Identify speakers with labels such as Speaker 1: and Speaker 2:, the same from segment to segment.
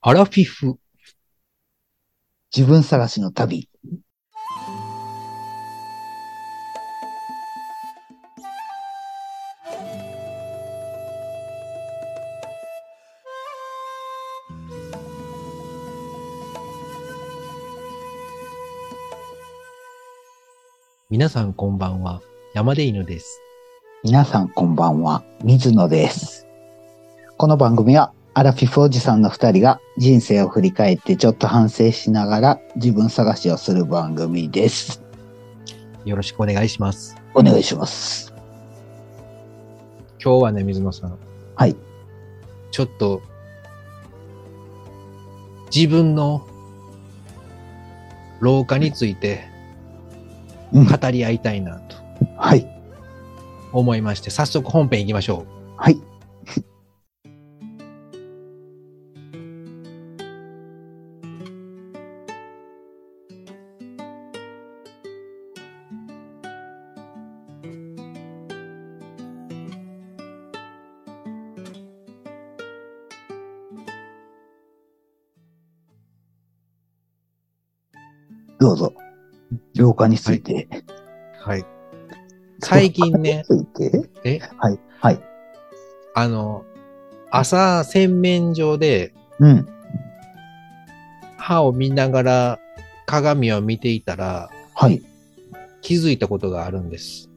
Speaker 1: アラフィフ。
Speaker 2: 自分探しの旅。
Speaker 1: 皆さんこんばんは。山で犬です。
Speaker 2: 皆さんこんばんは、水野です。この番組は、アラフィフおじさんの二人が人生を振り返ってちょっと反省しながら自分探しをする番組です。
Speaker 1: よろしくお願いします。
Speaker 2: お願いします。
Speaker 1: 今日はね、水野さん。
Speaker 2: はい。
Speaker 1: ちょっと、自分の老化について
Speaker 2: うん、
Speaker 1: 語り合いたいなと
Speaker 2: はい。
Speaker 1: 思いまして、早速本編行きましょう。
Speaker 2: はい。どうぞ。老化について。
Speaker 1: はい。最近ね
Speaker 2: 老化について。
Speaker 1: え
Speaker 2: はい。はい。
Speaker 1: あの、朝洗面所で
Speaker 2: うん。
Speaker 1: 歯を見ながら鏡を見ていたら
Speaker 2: はい。
Speaker 1: 気づいたことがあるんです。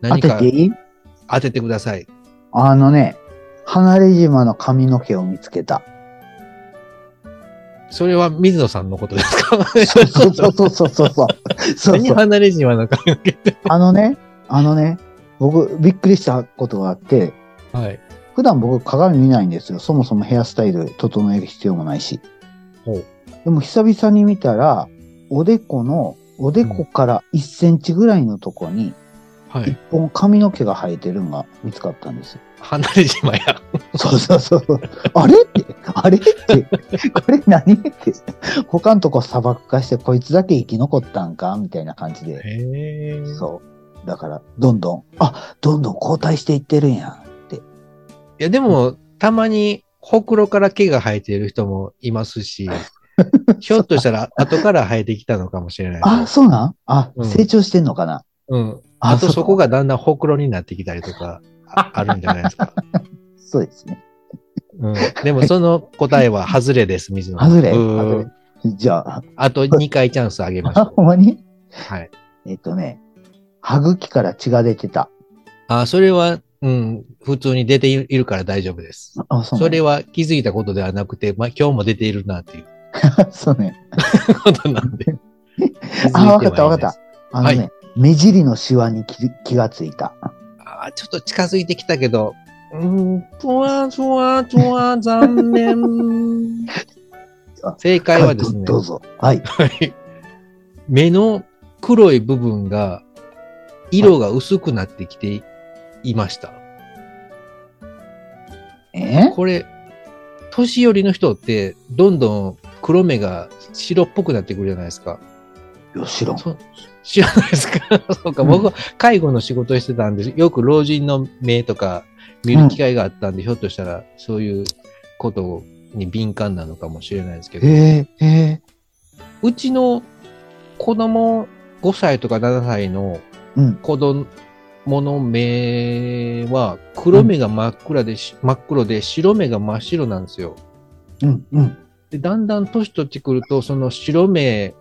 Speaker 2: 当
Speaker 1: 何
Speaker 2: て
Speaker 1: か
Speaker 2: ていい
Speaker 1: 当ててください。
Speaker 2: あのね、離れ島の髪の毛を見つけた。
Speaker 1: それは水野さんのことですか
Speaker 2: そうそうそうそうそうそう。そう
Speaker 1: 何
Speaker 2: そう
Speaker 1: 離れ島の髪の毛って。
Speaker 2: あのね、あのね、僕、びっくりしたことがあって、
Speaker 1: はい。
Speaker 2: 普段僕鏡見ないんですよ。そもそもヘアスタイル整える必要もないし。
Speaker 1: ほう
Speaker 2: でも久々に見たら、おでこの、おでこから1センチぐらいのとこに、
Speaker 1: は
Speaker 2: 一
Speaker 1: い。
Speaker 2: 本髪の毛が生えてるのが見つかったんですよ。
Speaker 1: 離れ島や。
Speaker 2: そうそうそう。あれって、あれって、これ何って。他のとこ砂漠化して、こいつだけ生き残ったんかみたいな感じで。
Speaker 1: へえ。
Speaker 2: そう。だから、どんどん、あ、どんどん後退していってるんや。
Speaker 1: いや、でも、たまに、ほくろから毛が生えている人もいます し、ひょっとしたら、後から生えてきたのかもしれない。
Speaker 2: あ、そうなんあ、
Speaker 1: うん
Speaker 2: 成長してんのかな
Speaker 1: うん。
Speaker 2: あ
Speaker 1: あと、そこ
Speaker 2: が。
Speaker 1: がだんだんほくろになってきたりと か、ああるんじゃないですか。
Speaker 2: そうですね。
Speaker 1: うん。でも、その答えは、外れです、水野さん。
Speaker 2: 外れ
Speaker 1: うー
Speaker 2: 外れじゃあ、
Speaker 1: あと2回チャンスあげまし
Speaker 2: あ、
Speaker 1: ょ
Speaker 2: ほんまに
Speaker 1: う。はい。
Speaker 2: えっとね、歯茎から血が出てた。
Speaker 1: あ、それは、うん、普通に出ているから大丈夫です。
Speaker 2: あ、そう
Speaker 1: それ
Speaker 2: ね。
Speaker 1: は気づいたことではなくて、まあ、今日も出ているなっていう
Speaker 2: そうね。
Speaker 1: ことなんで。
Speaker 2: あわかったわかったあのね、
Speaker 1: はい
Speaker 2: 目尻のシワに気気がついた。
Speaker 1: た。あーちょっと近づいてきたけど、うーん、ふわふわふわ、残念
Speaker 2: あ。
Speaker 1: 正解はですね、
Speaker 2: どどうぞ。はい。
Speaker 1: はい目の黒い部分が、色が薄くなってきていました。
Speaker 2: えー
Speaker 1: これ、年寄りの人って、どんどん黒目が白っぽくなってくるじゃないですか。
Speaker 2: よしろん。
Speaker 1: そ知らないですか そうか、僕は介護の仕事をしてたんで、よく老人の目とか見る機会があったんで、ひょっとしたらそういうことに敏感なのかもしれないですけど、
Speaker 2: えええ
Speaker 1: うちの子供5歳とか7歳の
Speaker 2: えうん。
Speaker 1: 子供の目は黒目が真っ暗でし、真っ黒で白目が真っ白なんですよ。
Speaker 2: うん。うん。
Speaker 1: で、だんだん年取ってくると、その白目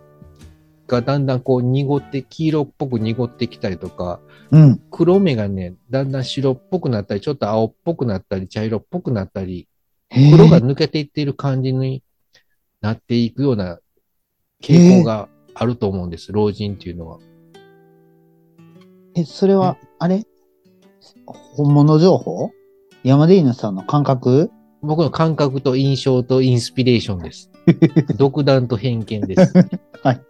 Speaker 1: がだんだんこう濁って、黄色っぽく濁ってきたりとか、
Speaker 2: うん。
Speaker 1: 黒目がね、だんだん白っぽくなったり、ちょっと青っぽくなったり、茶色っぽくなったり、
Speaker 2: へえ
Speaker 1: 黒が抜けていっている感じになっていくような傾向があると思うんです、老人っていうのは。
Speaker 2: え、それは、あれ本物情報山出犬さんの感覚
Speaker 1: 僕の感覚と印象とインスピレーションです。独断と偏見です。
Speaker 2: はい。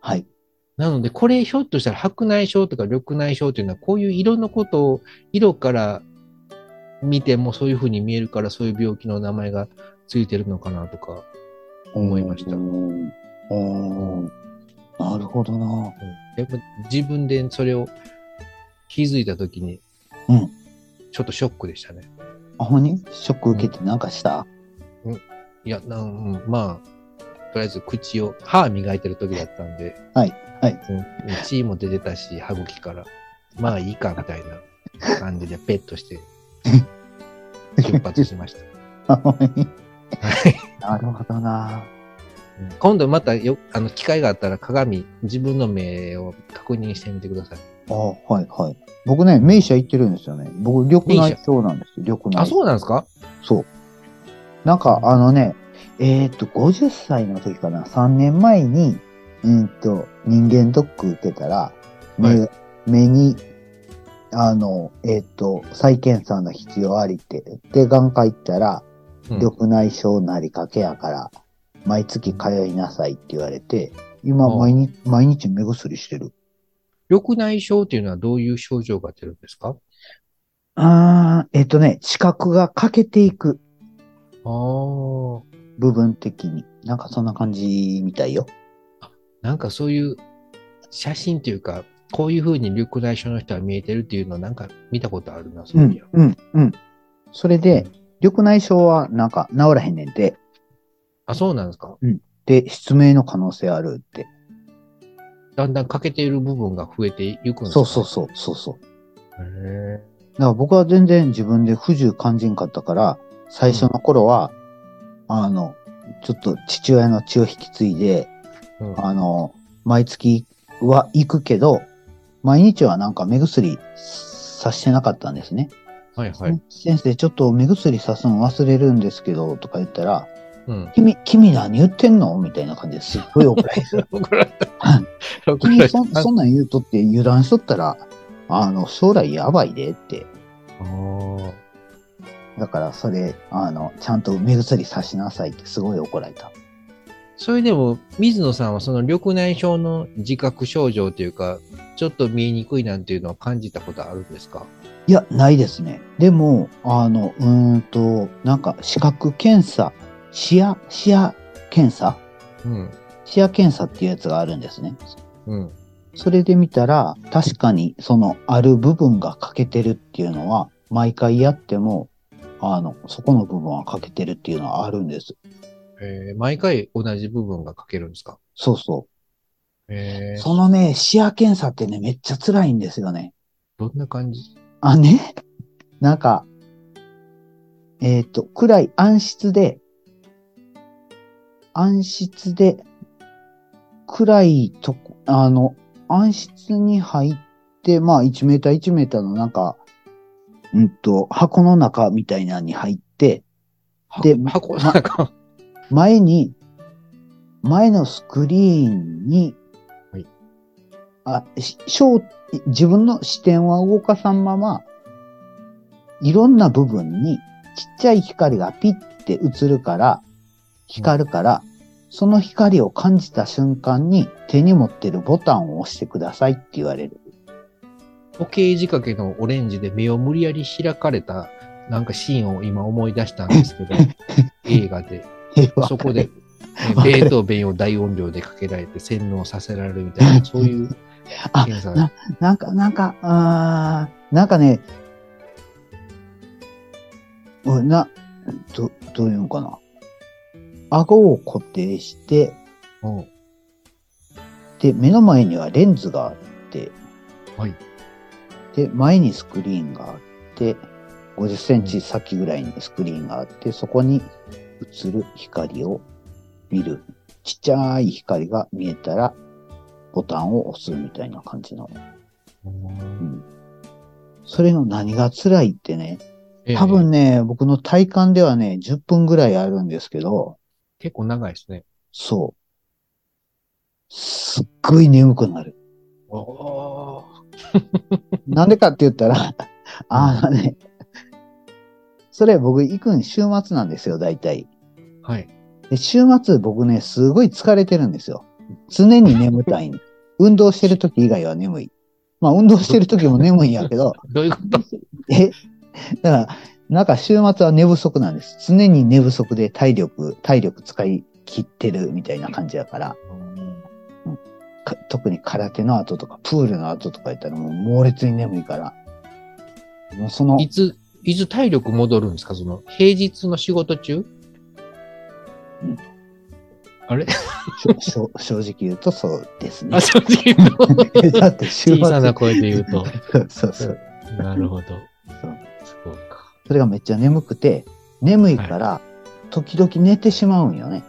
Speaker 2: はい。
Speaker 1: なので、これひょっとしたら白内障とか緑内障というのは、こういう色のことを色から見てもそういう風に見えるから、そういう病気の名前がついてるのかなとか。思いました
Speaker 2: うん。うんなるほどな。
Speaker 1: うんやっぱ自分でそれを気づいたときに、
Speaker 2: うん
Speaker 1: ちょっとショックでしたね。
Speaker 2: あ、ほんにショック受けてなんかした、
Speaker 1: いや、なん、うんまあ、とりあえず口を、歯磨いてる時だったんで、
Speaker 2: はい、はい
Speaker 1: うん。血も出てたし、歯茎から、まあいいか、みたいな感じで、ペット して、出発しました。
Speaker 2: あほんに
Speaker 1: はい
Speaker 2: なるほどな。
Speaker 1: うん今度またよ、あの、機会があったら鏡、自分の目を確認してみてください。
Speaker 2: あはいはい。僕ね、名医者行ってるんですよね。僕、緑内障なんですよ。緑内
Speaker 1: あ、
Speaker 2: 障。
Speaker 1: そうなんですか
Speaker 2: そう。なんか、あのね、えーっと、50歳の時かな、3年前に、えーっと、人間ドック受けたら、目、
Speaker 1: は
Speaker 2: 目に、あの、えーっと、再検査の必要ありって、で、眼科行ったら、
Speaker 1: うん
Speaker 2: 緑内障なりかけやから、毎月通いなさいって言われて、今毎日、毎日目薬してる。
Speaker 1: 緑内障っていうのはどういう症状が出るんですか
Speaker 2: あー、えーっとね、視覚が欠けていく
Speaker 1: ああ。
Speaker 2: 部分的に。なんかそんな感じみたいよ。
Speaker 1: なんかそういう写真というか、こういう風に緑内障の人は見えてるっていうのなんか見たことあるな、そううい
Speaker 2: ん
Speaker 1: や。、
Speaker 2: うん、うん。それで、緑内障はなんか治らへんねんて、
Speaker 1: あ、そうなんですか。
Speaker 2: で、失明の可能性あるって。
Speaker 1: だんだん欠けている部分が増えていくんですか
Speaker 2: そうそうそう、そうそう。
Speaker 1: う。へえ。
Speaker 2: だから僕は全然自分で不自由感じんかったから、最初の頃は、あの、ちょっと父親の血を引き継いで、
Speaker 1: うん
Speaker 2: あの、毎月は行くけど、毎日はなんか目薬さしてなかったんですね。
Speaker 1: はいはい。
Speaker 2: 先生、ちょっと目薬さすの忘れるんですけど、とか言ったら、
Speaker 1: うん。
Speaker 2: 君、君何言ってんのみたいな感じですっごい怒られ て
Speaker 1: 僕ら
Speaker 2: はい、
Speaker 1: 僕
Speaker 2: 君
Speaker 1: ら
Speaker 2: そんそんなん言うとって油断しとったら、あの、将来やばいでって。
Speaker 1: あー
Speaker 2: だからそれ、あの、ちゃんと目薬さしなさいってすごい怒られた。
Speaker 1: それでも、水野さんはその緑内障の自覚症状というか、ちょっと見えにくいなんていうのは感じたことあるんですか
Speaker 2: いや、ないですね。でも、あの、うーんと、なんか視覚検査、視野、視野検査
Speaker 1: うん。
Speaker 2: 視野検査っていうやつがあるんですね。
Speaker 1: うん。
Speaker 2: それで見たら、確かにそのある部分が欠けてるっていうのは、毎回やっても、あの、そこの部分は欠けてるっていうのはあるんです。
Speaker 1: えー毎回同じ部分が欠けるんですか
Speaker 2: そうそ
Speaker 1: え
Speaker 2: う。
Speaker 1: ー
Speaker 2: そのね、視野検査ってね、めっちゃ辛いんですよね。
Speaker 1: どんな感じ
Speaker 2: あ、ね。なんか、えっ、と、暗い暗室で、暗室で、暗いとこ、あの、暗室に入って、まあ1メーター1メーターのなんか、うんと、箱の中みたいなのに入って、で
Speaker 1: 箱箱の中。
Speaker 2: 前に、前のスクリーンに、
Speaker 1: はい
Speaker 2: あし焦自分の視点は動かさんまま、いろんな部分にちっちゃい光がピッて映るから、光るから、その光を感じた瞬間に手に持ってるボタンを押してくださいって言われる。
Speaker 1: 時計仕掛けのオレンジで目を無理やり開かれた、なんかシーンを今思い出したんです けど、映画で、そこで、ね
Speaker 2: わかる
Speaker 1: ベートーベンを大音量でかけられて洗脳させられるみたいな、そういう
Speaker 2: あ
Speaker 1: 検査
Speaker 2: ななんか、なんか、あーなんかね、うんな、ど、どういうのかな。顎を固定して、
Speaker 1: うん
Speaker 2: で、目の前にはレンズがあって、
Speaker 1: はい。
Speaker 2: で、前にスクリーンがあって、50センチ先ぐらいにスクリーンがあって、そこに映る光を見る。ちっちゃい光が見えたら、ボタンを押すみたいな感じの。それの何が辛いってね、
Speaker 1: ええ
Speaker 2: 多分ね、僕の体感ではね、10分ぐらいあるんですけど、
Speaker 1: 結構長いですね。
Speaker 2: そう。すっごい眠くなる。
Speaker 1: おー
Speaker 2: なんでかって言ったら、あのね、それ僕行くん週末なんですよ、大体。
Speaker 1: はい。
Speaker 2: で週末僕ね、すごい疲れてるんですよ。常に眠たい。運動してる時以外は眠い。まあ運動してる時も眠いんやけど、
Speaker 1: どういうこと
Speaker 2: えだから、なんか週末は寝不足なんです。常に寝不足で体力、体力使い切ってるみたいな感じだから、か特に空手の後とか、プールの後とかやったらもう猛烈に眠いから、もうその
Speaker 1: い、つ、伊豆体力戻るんですかその、平日の仕事中
Speaker 2: うん
Speaker 1: あれ
Speaker 2: しょしょ正直言うとそうですね
Speaker 1: あ、。正直 言うと
Speaker 2: だって週末
Speaker 1: 小さな声で言うと。
Speaker 2: そうそうそう
Speaker 1: なるほど。
Speaker 2: そう。
Speaker 1: そうか。
Speaker 2: それがめっちゃ眠くて、眠いから、時々寝てしまうんよね。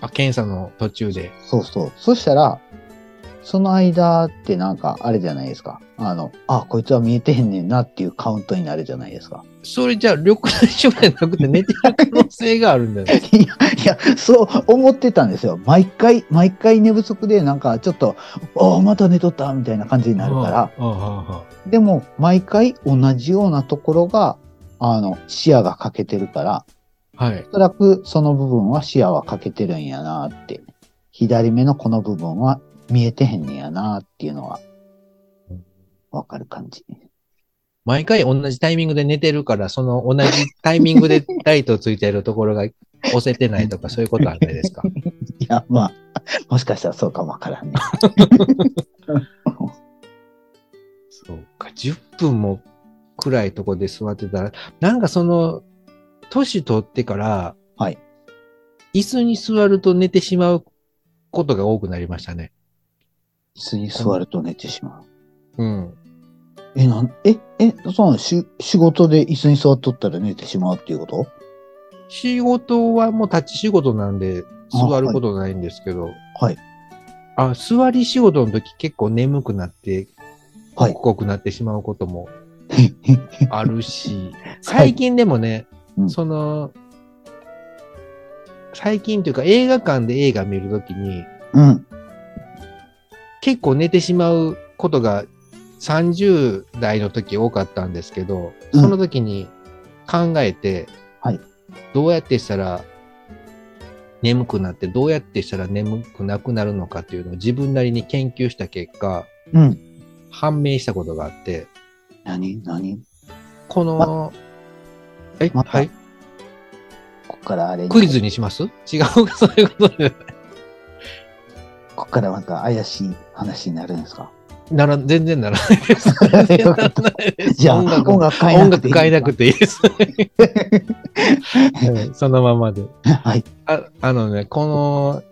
Speaker 1: あ、検査の途中で。
Speaker 2: そうそう。そしたら、その間ってなんかあれじゃないですか。あの、あ、こいつは見えてへんねんなっていうカウントになるじゃないですか。
Speaker 1: それじゃあ、緑内障じゃなくて寝てる可能性があるんだよ。
Speaker 2: いや、いや、そう思ってたんですよ。毎回、毎回寝不足で、なんかちょっと、あまた寝とったみたいな感じになるから。
Speaker 1: あああああ
Speaker 2: でも、毎回同じようなところが、あの、視野が欠けてるから、
Speaker 1: あはい。
Speaker 2: おそらくその部分は視野は欠けてるんやなって。左目のこの部分は見えてへんねやなっていうのは、わかる感じ。
Speaker 1: 毎回同じタイミングで寝てるから、その同じタイミングでライトついてるところが押せてないとか、そういうことあるんですか
Speaker 2: いや、まあ、もしかしたらそうかもわからんね。
Speaker 1: そうか。10分も暗いとこで座ってたら、なんかその、年取ってから、
Speaker 2: はい。
Speaker 1: 椅子に座ると寝てしまうことが多くなりましたね。
Speaker 2: 椅子に座ると寝てしまう。
Speaker 1: うん。
Speaker 2: え、なん、え、え、そうなのし仕事で椅子に座っとったら寝てしまうっていうこと
Speaker 1: 仕事はもう立ち仕事なんで、
Speaker 2: あ
Speaker 1: 座ることないんですけど、
Speaker 2: はい。
Speaker 1: あ、座り仕事の時結構眠くなって、
Speaker 2: はい
Speaker 1: 濃くなってしまうことも
Speaker 2: は
Speaker 1: ある し、最近でもね、
Speaker 2: うん
Speaker 1: その、最近というか映画館で映画見るときに、
Speaker 2: うん。
Speaker 1: 結構寝てしまうことが30代の時多かったんですけど、
Speaker 2: うん
Speaker 1: その時に考えて、
Speaker 2: はい
Speaker 1: どうやってしたら眠くなって、どうやってしたら眠くなくなるのかっていうのを自分なりに研究した結果、
Speaker 2: うん。
Speaker 1: 判明したことがあって、
Speaker 2: 何何
Speaker 1: この、え、
Speaker 2: また
Speaker 1: はい、
Speaker 2: こっからあれに
Speaker 1: クイズにします違う そういうことで
Speaker 2: こっからまた怪しい話になるんですか
Speaker 1: なら、全然ならないです。
Speaker 2: よかったじゃあ、
Speaker 1: 音
Speaker 2: 音
Speaker 1: 楽
Speaker 2: 楽
Speaker 1: も
Speaker 2: 変え
Speaker 1: 音
Speaker 2: なく
Speaker 1: 楽
Speaker 2: ていい
Speaker 1: 変えなくていいです。 そのままで。
Speaker 2: はい。
Speaker 1: ああのね、この、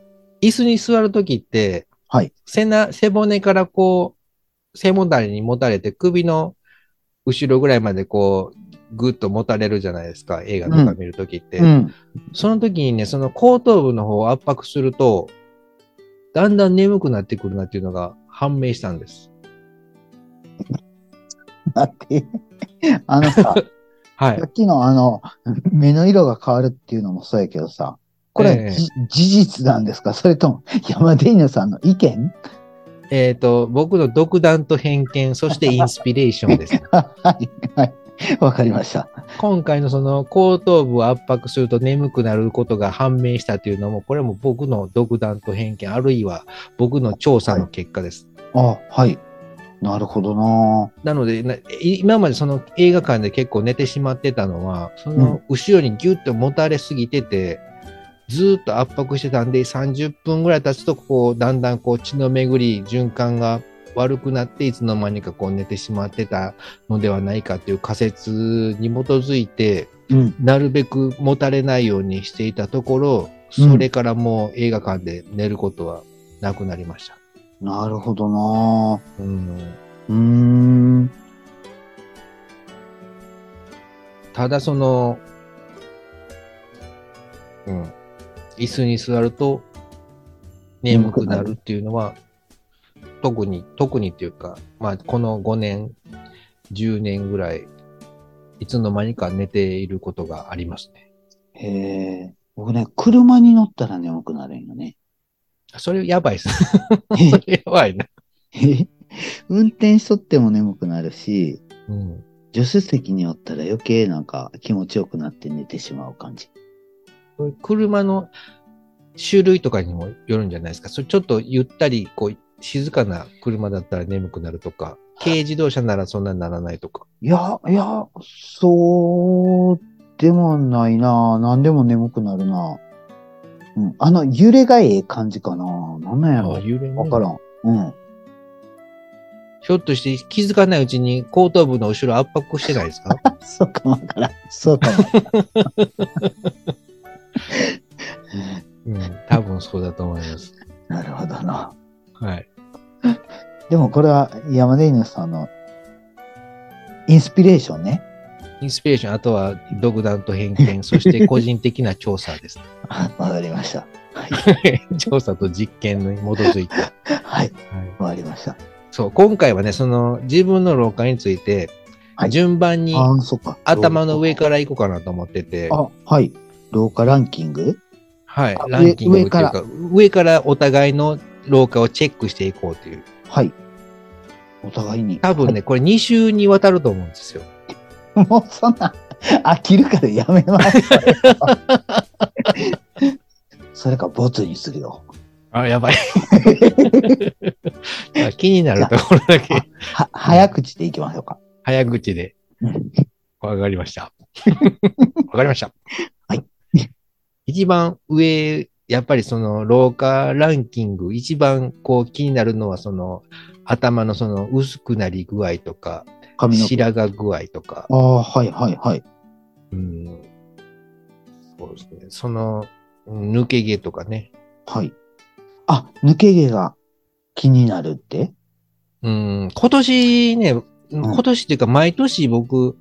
Speaker 1: 椅子に座るときって、
Speaker 2: はい
Speaker 1: 背な、背骨からこう、背もたれに持たれて、首の後ろぐらいまでこう、ぐっと持たれるじゃないですか、映画とか見るときって、
Speaker 2: うん。
Speaker 1: その時にね、その後頭部の方を圧迫すると、だんだん眠くなってくるなっていうのが判明したんです。
Speaker 2: だって、 あのさ、
Speaker 1: はい
Speaker 2: さ。っきのあの、目の色が変わるっていうのもそうやけどさ、これ、
Speaker 1: ええ
Speaker 2: じ事実なんですかそれとも、山田犬さんの意見
Speaker 1: えっ、と、僕の独断と偏見、そしてインスピレーションですね。
Speaker 2: はい、はい。わかりました。
Speaker 1: 今回のその後頭部を圧迫すると眠くなることが判明したというのも、これも僕の独断と偏見、あるいは僕の調査の結果です。
Speaker 2: あ、はい。なるほどな
Speaker 1: なので、ない今までその映画館で結構寝てしまってたのは、その後ろにギュッともたれすぎてて、ずーっと圧迫してたんで、30分ぐらい経つと、こう、だんだんこう血の巡り、循環が悪くなって、いつの間にかこう寝てしまってたのではないかという仮説に基づいて、
Speaker 2: うん。
Speaker 1: なるべくもたれないようにしていたところ、
Speaker 2: うん
Speaker 1: それからもう映画館で寝ることはなくなりました。
Speaker 2: なるほどな
Speaker 1: うん
Speaker 2: うーん。
Speaker 1: ただその、うん、椅子に座ると眠くなるっていうのは、特に、特にっていうか、まあこの5年、10年ぐらい、いつの間にか寝ていることがありますね。
Speaker 2: へえ。僕ね、車に乗ったら眠くなるんよ ね。
Speaker 1: それやばいです。それ やばいな。
Speaker 2: 運転しとっても眠くなるし、
Speaker 1: うん。
Speaker 2: 助手席におったら余計なんか気持ちよくなって寝てしまう感じ。
Speaker 1: これ車の種類とかにもよるんじゃないですか。それちょっとゆったり、こう、静かな車だったら眠くなるとか、軽自動車ならそんなにならないとか。
Speaker 2: いや、いや、そうでもないな。何でも眠くなるな。うん。あの、揺れがええ感じかな。なんなんや
Speaker 1: あ
Speaker 2: ろ
Speaker 1: あ、。揺れね
Speaker 2: わからん。うん。
Speaker 1: ひょっとして気づかないうちに後頭部の後ろ圧迫してないですか
Speaker 2: そうかもわからん。そうかも わからん。
Speaker 1: うん、多分そうだと思います。
Speaker 2: なるほどな。
Speaker 1: はい。
Speaker 2: でもこれは山根犬さんのインスピレーションね。
Speaker 1: インスピレーション、あとは独断と偏 見、そして個人的な調査ですね。
Speaker 2: あわかりました。
Speaker 1: 調査と実験に基づいて。はい
Speaker 2: はい、わかりました。
Speaker 1: そう、今回はね、その自分の老化について
Speaker 2: は、い
Speaker 1: 順番に
Speaker 2: ああ、そっか。
Speaker 1: 頭の上から行こうかなと思ってて、
Speaker 2: あ、はい。老化ランキング
Speaker 1: はい
Speaker 2: あ、
Speaker 1: ランキングっていう
Speaker 2: 上上か
Speaker 1: か、上からお互いの老化をチェックしていこうという。
Speaker 2: はい。お互いに。
Speaker 1: 多分ね、これ2週にわたると思うんですよ。
Speaker 2: はい。 もうそんな、飽きるからやめます。 それか、ボツにするよ。
Speaker 1: あ、やばい。 あ気になるところだけ、
Speaker 2: は、早口でいきましょうか。
Speaker 1: 早口で。
Speaker 2: うん
Speaker 1: わかりま した。わかりました。
Speaker 2: はい。
Speaker 1: 一番上、やっぱりその、老化ランキング、一番こう気になるのは、その、頭のその、薄くなり具合とか、
Speaker 2: 髪の毛。
Speaker 1: 白髪具合とか、
Speaker 2: ああ、はいはいはい。
Speaker 1: うん。そうですね。その、うん抜け毛とかね。
Speaker 2: はい。あ、抜け毛が気になるって
Speaker 1: うん、今年ね、今年っていうか、毎年僕、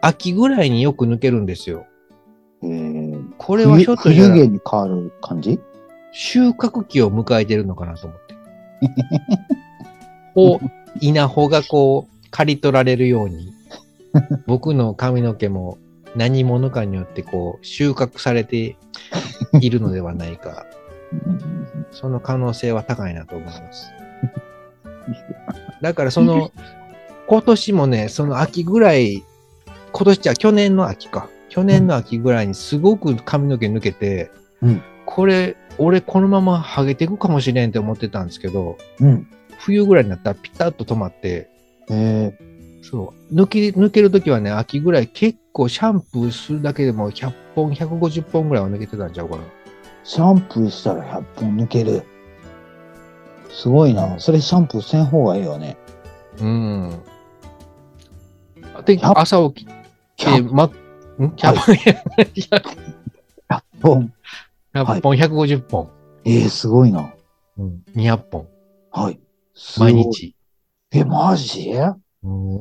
Speaker 1: 秋ぐらいによく抜けるんですよ。
Speaker 2: えー、
Speaker 1: これはひょ
Speaker 2: 冬
Speaker 1: っとした
Speaker 2: 冬
Speaker 1: ら
Speaker 2: 毛に変わる感じ
Speaker 1: 収穫期を迎えてるのかなと思 って。を、稲穂がこう、刈り取られるように、僕の髪の毛も何者かによってこう、収穫されているのではないか。その可能性は高いなと思います。だからそ の、今年もね、その秋ぐらい、今年じゃ去年の秋か。去年の秋ぐらいにすごく髪の毛抜けて、
Speaker 2: うん
Speaker 1: これ、俺このままハゲていくかもしれんって思ってたんですけど、
Speaker 2: うん。
Speaker 1: 冬ぐらいになったらピタッと止まって、
Speaker 2: え
Speaker 1: そう、抜き、抜けるときはね、秋ぐらい結構シャンプーするだけでも100本、150本ぐらいは抜けてたんちゃうかな。
Speaker 2: ー、シャンプーしたら100本抜ける。すごいな。それシャンプーせん方がいいよね。
Speaker 1: うん。で、
Speaker 2: 100
Speaker 1: 朝起きて、
Speaker 2: 100
Speaker 1: ま、ん ?100 本、
Speaker 2: 本。
Speaker 1: 100本、150本、
Speaker 2: えー、すごいな。
Speaker 1: 200本、
Speaker 2: はい。すごい
Speaker 1: 毎。日。
Speaker 2: え、マジ
Speaker 1: うん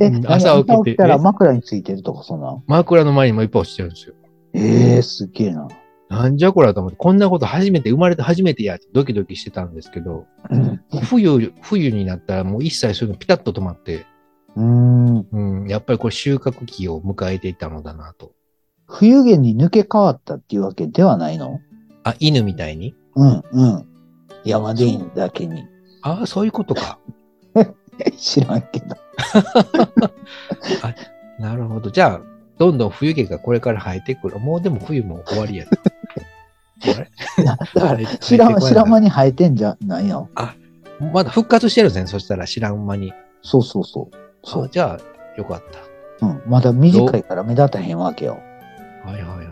Speaker 2: え
Speaker 1: うん朝起きて
Speaker 2: 朝起きたら枕についてるとかそんなん。
Speaker 1: 枕の前にもいっぱい落ちてるんですよ。
Speaker 2: えー、すげえな。
Speaker 1: なんじゃこらと思って、こんなこと初めて、生まれて初めてやってドキドキしてたんですけど、冬、冬になったらもう一切そういうのピタッと止まって、
Speaker 2: うん。うん
Speaker 1: うん、やっぱりこれ収穫期を迎えていたのだなと。
Speaker 2: 冬毛に抜け変わったっていうわけではないの
Speaker 1: あ、犬みたいに
Speaker 2: うん、うん。山でいいだけ に。
Speaker 1: ああ、そういうこと か。
Speaker 2: 知らんけど。
Speaker 1: なるほど。じゃあ、どんどん冬毛がこれから生えてくる。もうでも冬も終わ りやな。あれ
Speaker 2: いやだから
Speaker 1: 入って、
Speaker 2: 知ら
Speaker 1: 入ってこないな
Speaker 2: ん、知らん間に生えてんじゃないの
Speaker 1: まだ復活してるんですね。そしたら知らん間に。
Speaker 2: そうそうそう。そ
Speaker 1: そうう。。じゃあ、よかった。
Speaker 2: うん。まだ短いから目立たへんわけよ。
Speaker 1: はいはいはい。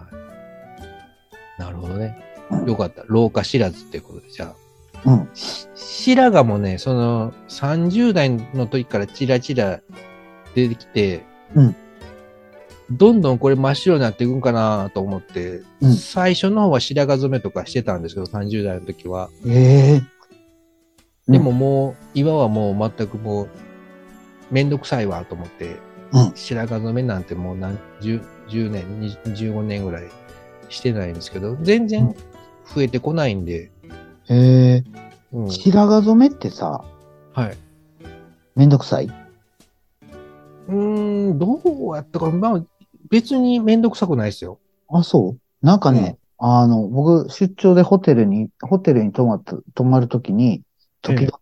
Speaker 1: なるほどね
Speaker 2: う。ん
Speaker 1: よかった。老化知らずってことで。じゃあ、
Speaker 2: うん。
Speaker 1: し白髪もね、その30代の時からチラチラ出てきて、
Speaker 2: うん
Speaker 1: どんどんこれ真っ白になっていくんかなと思って、
Speaker 2: うん
Speaker 1: 最初の方は白髪染めとかしてたんですけど、30代の時は。
Speaker 2: ええ
Speaker 1: でももう、今はもう全くもう、めんどくさいわと思って、
Speaker 2: うん
Speaker 1: 白髪染めなんてもう何十、10年、20 15年ぐらいしてないんですけど、全
Speaker 2: う
Speaker 1: 然
Speaker 2: ん
Speaker 1: 増えてこないんで、
Speaker 2: ええ
Speaker 1: うん
Speaker 2: 白髪染めってさ、
Speaker 1: はい。
Speaker 2: めんどくさいう
Speaker 1: ーん、どうやったか、まあ、別にめんどくさくないですよ。
Speaker 2: あ、そうなんかね、あの、僕、出張でホテルに、ホテルに泊まった、泊まるときに、時々、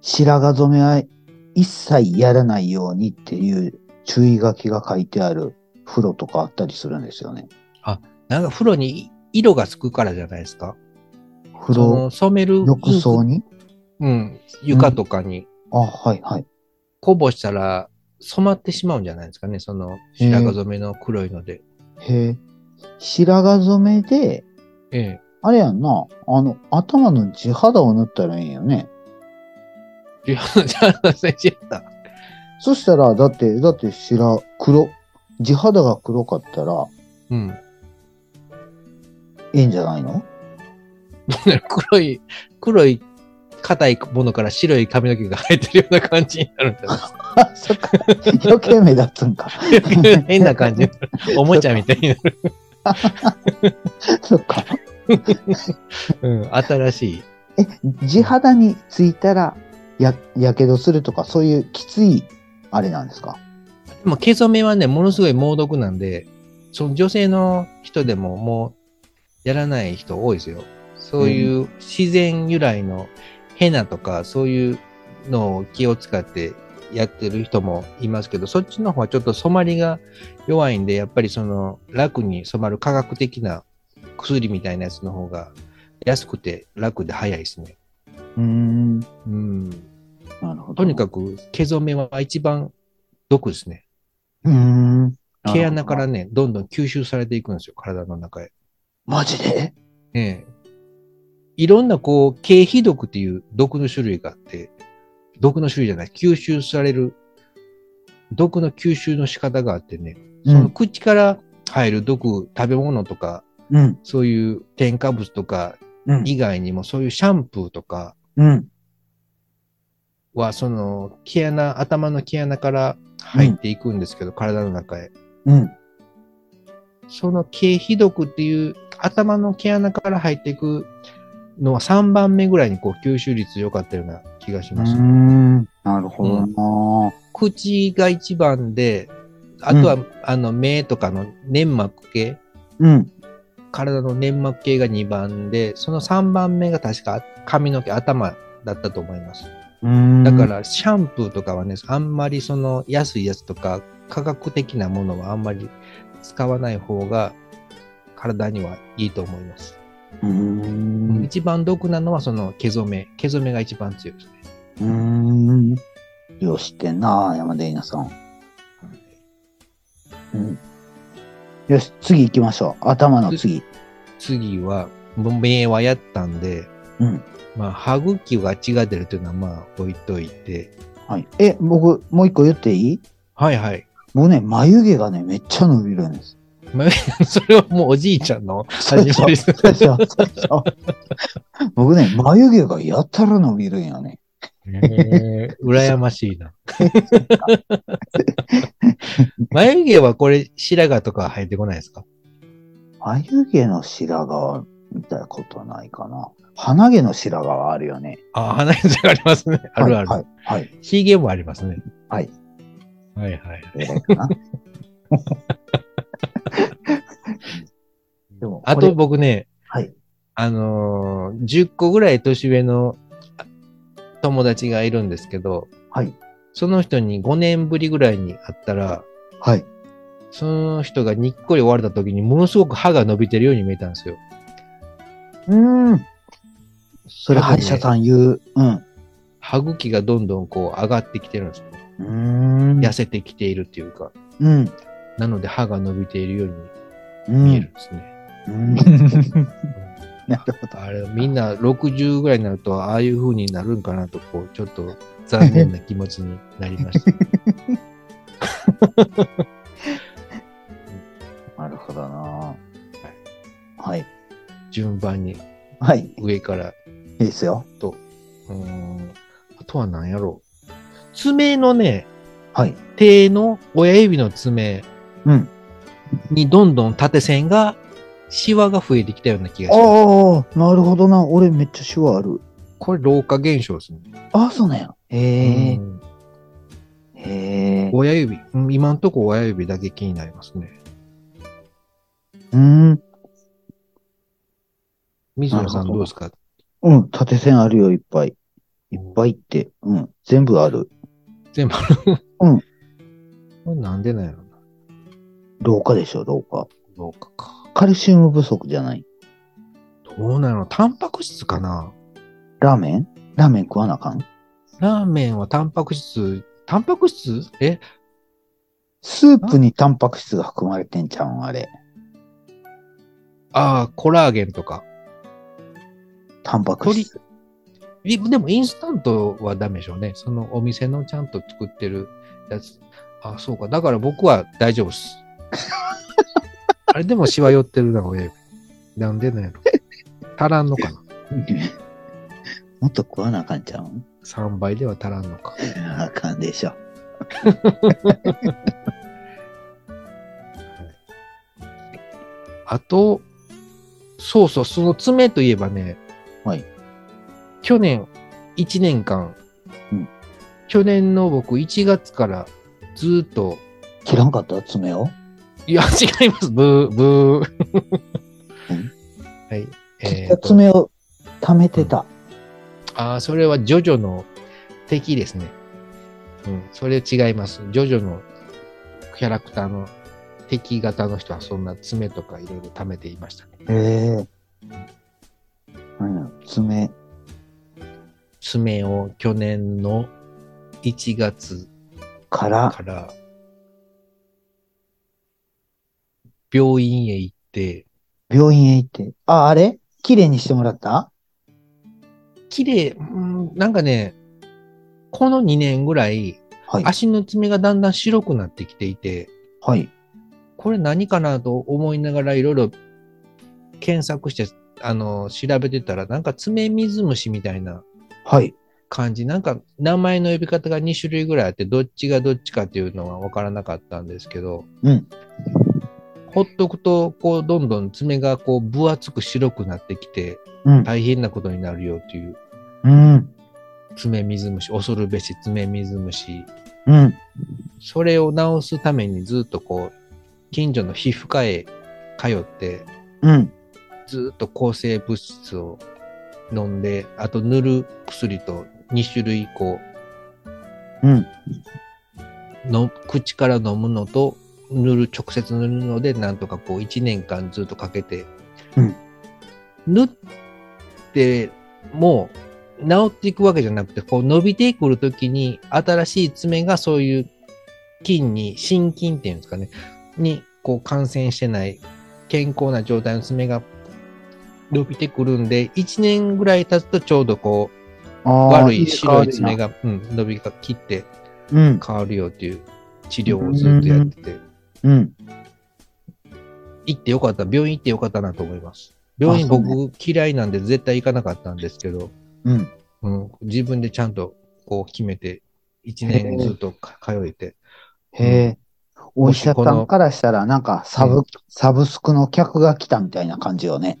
Speaker 2: 白髪染めは一切やらないようにっていう注意書きが書いてある風呂とかあったりするんですよね。
Speaker 1: なんか風呂に色がつくからじゃないですか。
Speaker 2: 風
Speaker 1: そ
Speaker 2: 呂、
Speaker 1: の染めるインク
Speaker 2: 浴槽に
Speaker 1: うん、床とかに
Speaker 2: あ、はいはい。
Speaker 1: こぼしたら染まってしまうんじゃないですかね、その白髪染めの黒いので。
Speaker 2: へえ。白髪染めで、
Speaker 1: ええ。
Speaker 2: あれやんな。あの、頭の地肌を塗ったらいいんよね。
Speaker 1: ジャーナ先生だ。
Speaker 2: そしたら、だって、だって白、黒、地肌が黒かったら
Speaker 1: うん。
Speaker 2: いいんじゃないの
Speaker 1: 黒い、黒い、硬いものから白い髪の毛が生えてるような感じになるんじゃ ない
Speaker 2: あ、そっか。余計目立つんか。
Speaker 1: 変な感じ。おもちゃみたいになる。
Speaker 2: そっか。
Speaker 1: うん、新しい。
Speaker 2: え、地肌についたら、や、やけどするとか、そういうきつい、あれなんですか
Speaker 1: でも、毛染めはね、ものすごい猛毒なんで、その女性の人でももう、やらない人多いですよ。そういう自然由来のヘナとか、そういうのを気を使ってやってる人もいますけど、そっちの方はちょっと染まりが弱いんで、やっぱりその楽に染まる科学的な薬みたいなやつの方が安くて楽で早いですね。
Speaker 2: うーん。な
Speaker 1: うん。
Speaker 2: るほ
Speaker 1: と
Speaker 2: ど。
Speaker 1: にかく
Speaker 2: く。
Speaker 1: 毛染めは一番毒ですね。
Speaker 2: うーん。
Speaker 1: 毛穴から
Speaker 2: なるほど。
Speaker 1: ね、どんどん吸収されていくんですよ、体の中へ。
Speaker 2: マジで
Speaker 1: ええ。いろんなこう、経皮毒っていう毒の種類があって、毒の種類じゃない、吸収される、毒の吸収の仕方があってね、
Speaker 2: う
Speaker 1: その
Speaker 2: ん。
Speaker 1: 口から入る毒、食べ物とか、
Speaker 2: うん。
Speaker 1: そういう添加物とか
Speaker 2: うん。
Speaker 1: 以外にも、そういうシャンプーとか
Speaker 2: うん。
Speaker 1: は、その毛穴、頭の毛穴から入っていくんですけど、体の中へ。
Speaker 2: うん。
Speaker 1: その経皮毒っていう頭の毛穴から入っていくのは3番目ぐらいにこう吸収率良かったような気がし
Speaker 2: うー
Speaker 1: ます。
Speaker 2: ん。なるほどな、
Speaker 1: 口が一番で、あとは、あの目とかの粘膜系、
Speaker 2: うん。
Speaker 1: 体の粘膜系が2番で、その3番目が確か髪の毛、頭だったと思います。
Speaker 2: うーん。
Speaker 1: だか、らシャンプーとかはね、あんまりその安いやつとか科学的なものはあんまり使わない方が体にはいいと思います。
Speaker 2: うーん。う
Speaker 1: 一番毒なのはその毛染め。毛染めが一番強いですね。
Speaker 2: ーん。よう知ってんな山田稲さん。うん。よし、次行きましょう。頭の次。
Speaker 1: 次は、もう目はやったんで、
Speaker 2: うん。
Speaker 1: まあ、歯茎が血が出るというのはまあ置いといて。
Speaker 2: はい。え、僕、もう一個言っていい
Speaker 1: はいはい。
Speaker 2: 僕ね、眉毛がね、めっちゃ伸びるんです。
Speaker 1: それはもうおじいちゃんの
Speaker 2: 最
Speaker 1: 味
Speaker 2: 初、
Speaker 1: です。
Speaker 2: 最初、最初。僕ね、眉毛がやたら伸びるんよね。
Speaker 1: えー羨ましいな。眉毛はこれ白髪とか生えてこないですか
Speaker 2: 眉毛の白髪みたいなことはないかな。鼻毛の白髪はあるよね。
Speaker 1: あ、鼻毛がありますね。あるあ
Speaker 2: は
Speaker 1: る
Speaker 2: い。。はい。はい
Speaker 1: ひげもありますね。
Speaker 2: はい。
Speaker 1: はいはい。
Speaker 2: えらいかな。でも
Speaker 1: あ
Speaker 2: ことれ
Speaker 1: 僕ね、
Speaker 2: はい
Speaker 1: あのー、10個ぐらい年上のあ友達がいるんですけど、
Speaker 2: はい。
Speaker 1: その人に5年ぶりぐらいに会ったら、
Speaker 2: はい。
Speaker 1: その人がにっこり終われた時にものすごく歯が伸びてるように見えたんですよ。
Speaker 2: うん。それ、
Speaker 1: 多分
Speaker 2: 歯
Speaker 1: ね
Speaker 2: 医者さん言う。うん。
Speaker 1: 歯茎がどんどんこう上がってきてるんですね。
Speaker 2: うーん。
Speaker 1: 痩せてきているっていうか、
Speaker 2: うん。
Speaker 1: なので歯が伸びているように
Speaker 2: うん
Speaker 1: 見えるんですね。
Speaker 2: うん。なるほど。
Speaker 1: あれ、みんな60ぐらいになると、ああいう風になるんかなと、こう、ちょっと残念な気持ちになりました。
Speaker 2: なるほどなはい。
Speaker 1: 順番に
Speaker 2: はい。
Speaker 1: 上から。
Speaker 2: いいですよ。
Speaker 1: うーん。あとは何やろう。爪のね、
Speaker 2: はい。
Speaker 1: 手の親指の爪
Speaker 2: うん。
Speaker 1: にどんどん縦線が、シワが増えてきたような気がします。
Speaker 2: ああ、なるほどな。俺めっちゃ手話ある。
Speaker 1: これ老化現象ですね。
Speaker 2: ああ、そうなんや。へえ
Speaker 1: う。ん
Speaker 2: へえ。
Speaker 1: 親指、うん今んとこ親指だけ気になりますね。
Speaker 2: うん。
Speaker 1: 水野さ
Speaker 2: なる
Speaker 1: ん
Speaker 2: ほど
Speaker 1: どうですか
Speaker 2: うん。縦線あるよ、いっぱい。いっぱいって。うん。全部ある。
Speaker 1: 全部ある。
Speaker 2: うん
Speaker 1: これなんでなんやろな。
Speaker 2: 老化でしょ、老化。
Speaker 1: 老化か。
Speaker 2: カルシウム不足じゃない。
Speaker 1: どうなのタンパク質かな
Speaker 2: ラーメンラーメン食わなあかん
Speaker 1: ラーメンはタンパク質、タンパク質え
Speaker 2: スープにタンパク質が含まれてんちゃうん、あれ。
Speaker 1: ああ、コラーゲンとか。
Speaker 2: タンパク質。
Speaker 1: いでもインスタントはダメでしょうね。そのお店のちゃんと作ってるやつ。あ、そうか。だから僕は大丈夫っ す。あれでもしわ寄ってるな、親指。なんでなんやろ。足らんのかな。
Speaker 2: もっと食わなあかんちゃうん
Speaker 1: 3倍では足らんのか。
Speaker 2: あかんでしょ。
Speaker 1: あと、そうそう、その爪といえばね、
Speaker 2: はい。
Speaker 1: 去年、1年間、
Speaker 2: うん
Speaker 1: 去年の僕、1月からずーっと、
Speaker 2: 切らんかった爪を
Speaker 1: いや、違います、ブー、ブー。
Speaker 2: うん
Speaker 1: はい。
Speaker 2: 切
Speaker 1: え
Speaker 2: った
Speaker 1: ーと、
Speaker 2: 爪を溜めてた。
Speaker 1: ああ、それはジョジョの敵ですね。うん、それ違います。ジョジョのキャラクターの敵型の人は、そんな爪とかいろいろ貯めていましたね。
Speaker 2: へえ。なんや、爪。
Speaker 1: 爪を去年の1月
Speaker 2: から
Speaker 1: から病院へ行って、
Speaker 2: 病院へ行って。あ、あれ綺麗にしてもらった
Speaker 1: 綺麗、うんなんかね、この2年ぐらい
Speaker 2: はい。
Speaker 1: 足の爪がだんだん白くなってきていて、
Speaker 2: はい。
Speaker 1: これ何かなと思いながらいろいろ検索して、あの、調べてたら、なんか爪水虫みたいな
Speaker 2: はい。
Speaker 1: 感じ、なんか名前の呼び方が2種類ぐらいあって、どっちがどっちかっていうのは分からなかったんですけど、
Speaker 2: うん。
Speaker 1: ほっとくと、こう、どんどん爪がこう、分厚く白くなってきて、
Speaker 2: うん。
Speaker 1: 大変なことになるよという、
Speaker 2: うん。
Speaker 1: 爪水虫、恐るべし爪水虫。
Speaker 2: うん。
Speaker 1: それを治すためにずっとこう、近所の皮膚科へ通って、
Speaker 2: うん。
Speaker 1: ずっと抗生物質を飲んで、あと塗る薬と2種類こ
Speaker 2: うん。
Speaker 1: う、の口から飲むのと、塗る、直接塗るので、なんとかこう、1年間ずっとかけて、
Speaker 2: うん
Speaker 1: 塗っても、治っていくわけじゃなくて、こう伸びてくるときに、新しい爪がそういう菌に、心筋っていうんですかね、にこう感染してない、健康な状態の爪が伸びてくるんで、1年ぐらい経つとちょうどこう、
Speaker 2: あー
Speaker 1: 悪い白い爪。
Speaker 2: い
Speaker 1: が、うん、伸びが切って
Speaker 2: い香りなうん。
Speaker 1: 変わるよっていう治療をずっとやってて、
Speaker 2: うん。
Speaker 1: 行ってよかった、病院行ってよかったなと思います。病院
Speaker 2: あそう
Speaker 1: 僕嫌いなんで絶対行かなかったんですけど、
Speaker 2: うん。
Speaker 1: うん、自分でちゃんとこう決めて、1年ずっとか通えて、
Speaker 2: へえ。お
Speaker 1: も
Speaker 2: 医者
Speaker 1: し
Speaker 2: さ
Speaker 1: こ
Speaker 2: ん
Speaker 1: の
Speaker 2: からしたら、なんか、サブ、
Speaker 1: う
Speaker 2: サブスクの客が来たみたいな感じよね。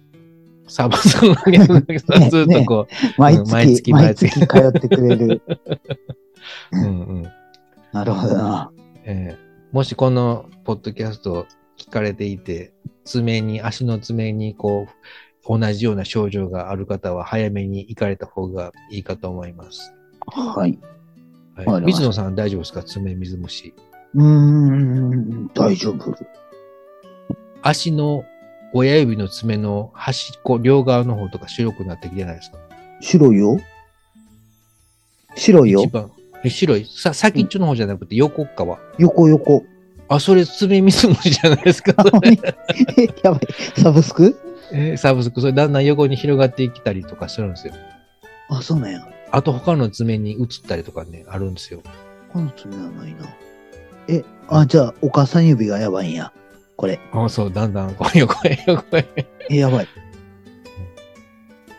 Speaker 1: サーバーさんの上げるだけさ
Speaker 2: ね
Speaker 1: ずっとこ
Speaker 2: 毎
Speaker 1: うん
Speaker 2: 月、
Speaker 1: 毎月
Speaker 2: 毎月通ってく れる。
Speaker 1: う、うんうん
Speaker 2: なるほどな。
Speaker 1: ええもしこのポッドキャストを聞かれていて、爪に、足の爪にこう、同じような症状がある方は早めに行かれた方がいいかと思います。
Speaker 2: はい。
Speaker 1: はい
Speaker 2: わかりました
Speaker 1: 水野さん大丈夫ですか爪水虫。
Speaker 2: うーん、大丈夫。
Speaker 1: 足の親指の爪の端っこ、両側の方とか白くなってきてないですか
Speaker 2: 白いよ。白いよ
Speaker 1: 一。番。え白い。さ、先っちょの方じゃなくて横っ側。
Speaker 2: 横横。
Speaker 1: あ、それ爪水虫じゃないです か。それ
Speaker 2: えやばい。サブスク
Speaker 1: えサブスク、それだんだん横に広がってきたりとかするんですよ。
Speaker 2: あ、そうなんや。
Speaker 1: あと他の爪に移ったりとかね、あるんですよ。
Speaker 2: この爪はないな。え、あ、じゃあ、お母さん指がやばいんや。これ。
Speaker 1: あそう、だんだんこう横へ横へ。
Speaker 2: え、やばい。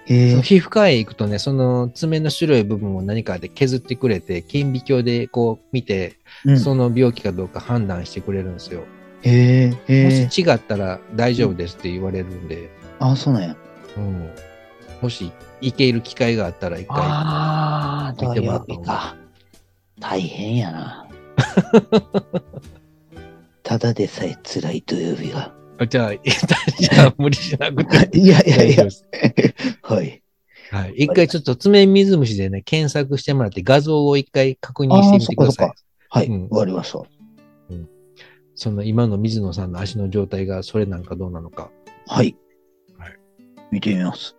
Speaker 2: え
Speaker 1: その
Speaker 2: ー、
Speaker 1: 皮膚科へ行くとね、その爪の白い部分を何かで削ってくれて、顕微鏡でこう見て、
Speaker 2: うん、
Speaker 1: その病気かどうか判断してくれるんですよ。
Speaker 2: えー、
Speaker 1: も
Speaker 2: えー、
Speaker 1: し違ったら大丈夫ですって言われるんで、
Speaker 2: あ、そうなんや。
Speaker 1: うんもし行ける機会があったら一回。
Speaker 2: ああ、
Speaker 1: 見
Speaker 2: 土
Speaker 1: てもら
Speaker 2: 曜
Speaker 1: った
Speaker 2: 日か。大変や な。ただでさえ辛い土曜日が。
Speaker 1: あじゃあ、えじゃあ無理しなくて。
Speaker 2: い やいや
Speaker 1: 大
Speaker 2: い
Speaker 1: 丈夫
Speaker 2: や
Speaker 1: で、す
Speaker 2: はい。
Speaker 1: はい。一回ちょっと爪水虫でね、検索してもらって画像を一回確認してみてくださ
Speaker 2: あーそっかそ
Speaker 1: い
Speaker 2: っか。はい、
Speaker 1: うん
Speaker 2: わかりました。
Speaker 1: その今の水野さんの足の状態がそれなんかどうなのか、
Speaker 2: はい。
Speaker 1: はい
Speaker 2: 見てみます。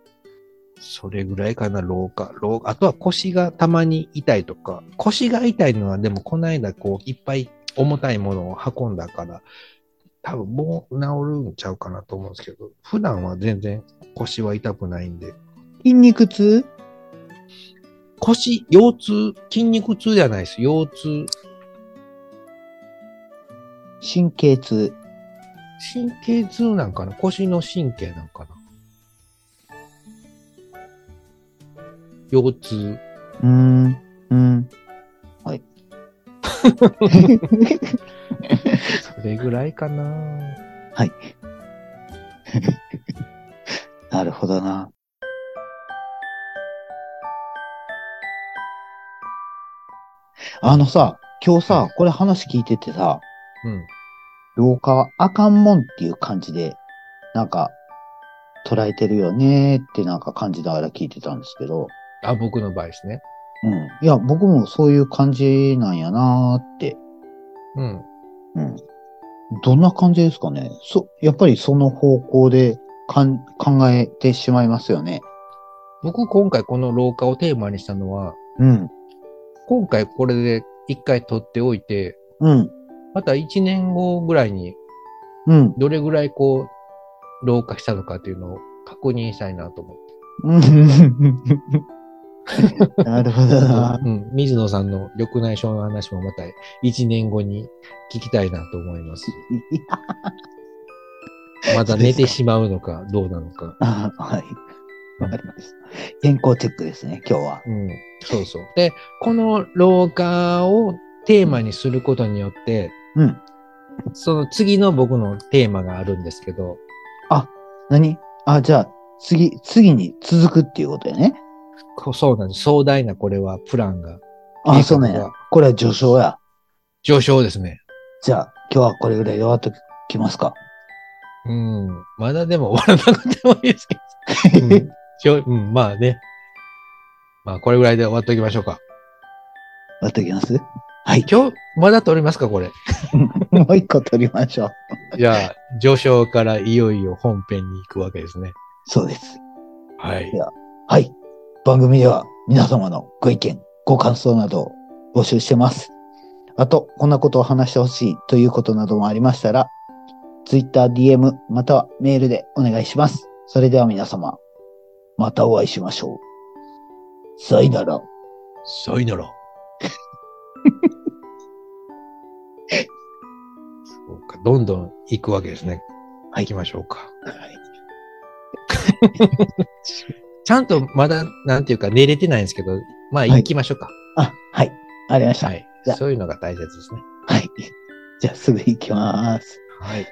Speaker 1: それぐらいかな、老化。老あとは腰がたまに痛いとか、腰が痛いのはでもこの間こういっぱい重たいものを運んだから、多分もう治るんちゃうかなと思うんですけど、普段は全然腰は痛くないんで、
Speaker 2: 筋肉痛
Speaker 1: 腰、腰痛、筋肉痛じゃないです。腰痛、
Speaker 2: 神経痛
Speaker 1: 神経痛なんかな腰の神経なんかな腰痛。
Speaker 2: うーん。うん。はい。
Speaker 1: それぐらいかな
Speaker 2: はい。なるほどな。あのさ、今日さ、これ話聞いててさ、
Speaker 1: うん。
Speaker 2: 老化はあかんもんっていう感じで、なんか、捉えてるよねーってなんか感じながら聞いてたんですけど、
Speaker 1: あ、僕の場合ですね。
Speaker 2: うん。いや、僕もそういう感じなんやなーって
Speaker 1: うん。
Speaker 2: どんな感じですかねそ、やっぱりその方向でかん考えてしまいますよね。
Speaker 1: 僕今回この老化をテーマにしたのは、
Speaker 2: うん。
Speaker 1: 今回これで一回取っておいて、
Speaker 2: うん。
Speaker 1: また一年後ぐらいに
Speaker 2: うん。
Speaker 1: どれぐらいこう、老化したのかというのを確認したいなと思って。
Speaker 2: なるほどな。
Speaker 1: うん。水野さんの緑内障の話もまた一年後に聞きたいなと思います。
Speaker 2: いや
Speaker 1: まだ寝てしまうのかどうなのか。
Speaker 2: あはい。わかりました。健康チェックですね、今日は。
Speaker 1: うん。そうそう。で、この老化をテーマにすることによって、
Speaker 2: うん。
Speaker 1: その次の僕のテーマがあるんですけど、
Speaker 2: 何あ、じゃあ、次、次に続くっていうことやね。
Speaker 1: こそうなんです。壮大なこれはプランが。
Speaker 2: あ、そうなんや。これは序章や。
Speaker 1: 上昇ですね。
Speaker 2: じゃあ、今日はこれぐらいで終わっときますか。
Speaker 1: うん。まだでも終わらなくてもいいですけど。 うんしょうん、まあね。まあ、これぐらいで終わっておきましょうか。
Speaker 2: 終わっときますはい。
Speaker 1: 今日、まだ撮りますか、これ。
Speaker 2: もう一個取りましょう。
Speaker 1: じゃあ、上昇からいよいよ本編に行くわけですね。
Speaker 2: そうです。
Speaker 1: はい。
Speaker 2: はい。番組では皆様のご意見、ご感想などを募集してます。あと、こんなことを話してほしいということなどもありましたら、Twitter、DM、またはメールでお願いします。それでは皆様、またお会いしましょう。さよなら。
Speaker 1: さよなら。 そうか、どんどん行くわけですね。
Speaker 2: はい
Speaker 1: 行きましょうか。ちゃんとまだ、なんていうか、寝れてないんですけど、まあ、
Speaker 2: い
Speaker 1: 行きましょうか。
Speaker 2: あ、はい。ありがとうございました。
Speaker 1: は
Speaker 2: はい。
Speaker 1: い
Speaker 2: じゃ。あ
Speaker 1: そういうのが大切ですね。
Speaker 2: じゃあ、すぐ行きます。
Speaker 1: はい。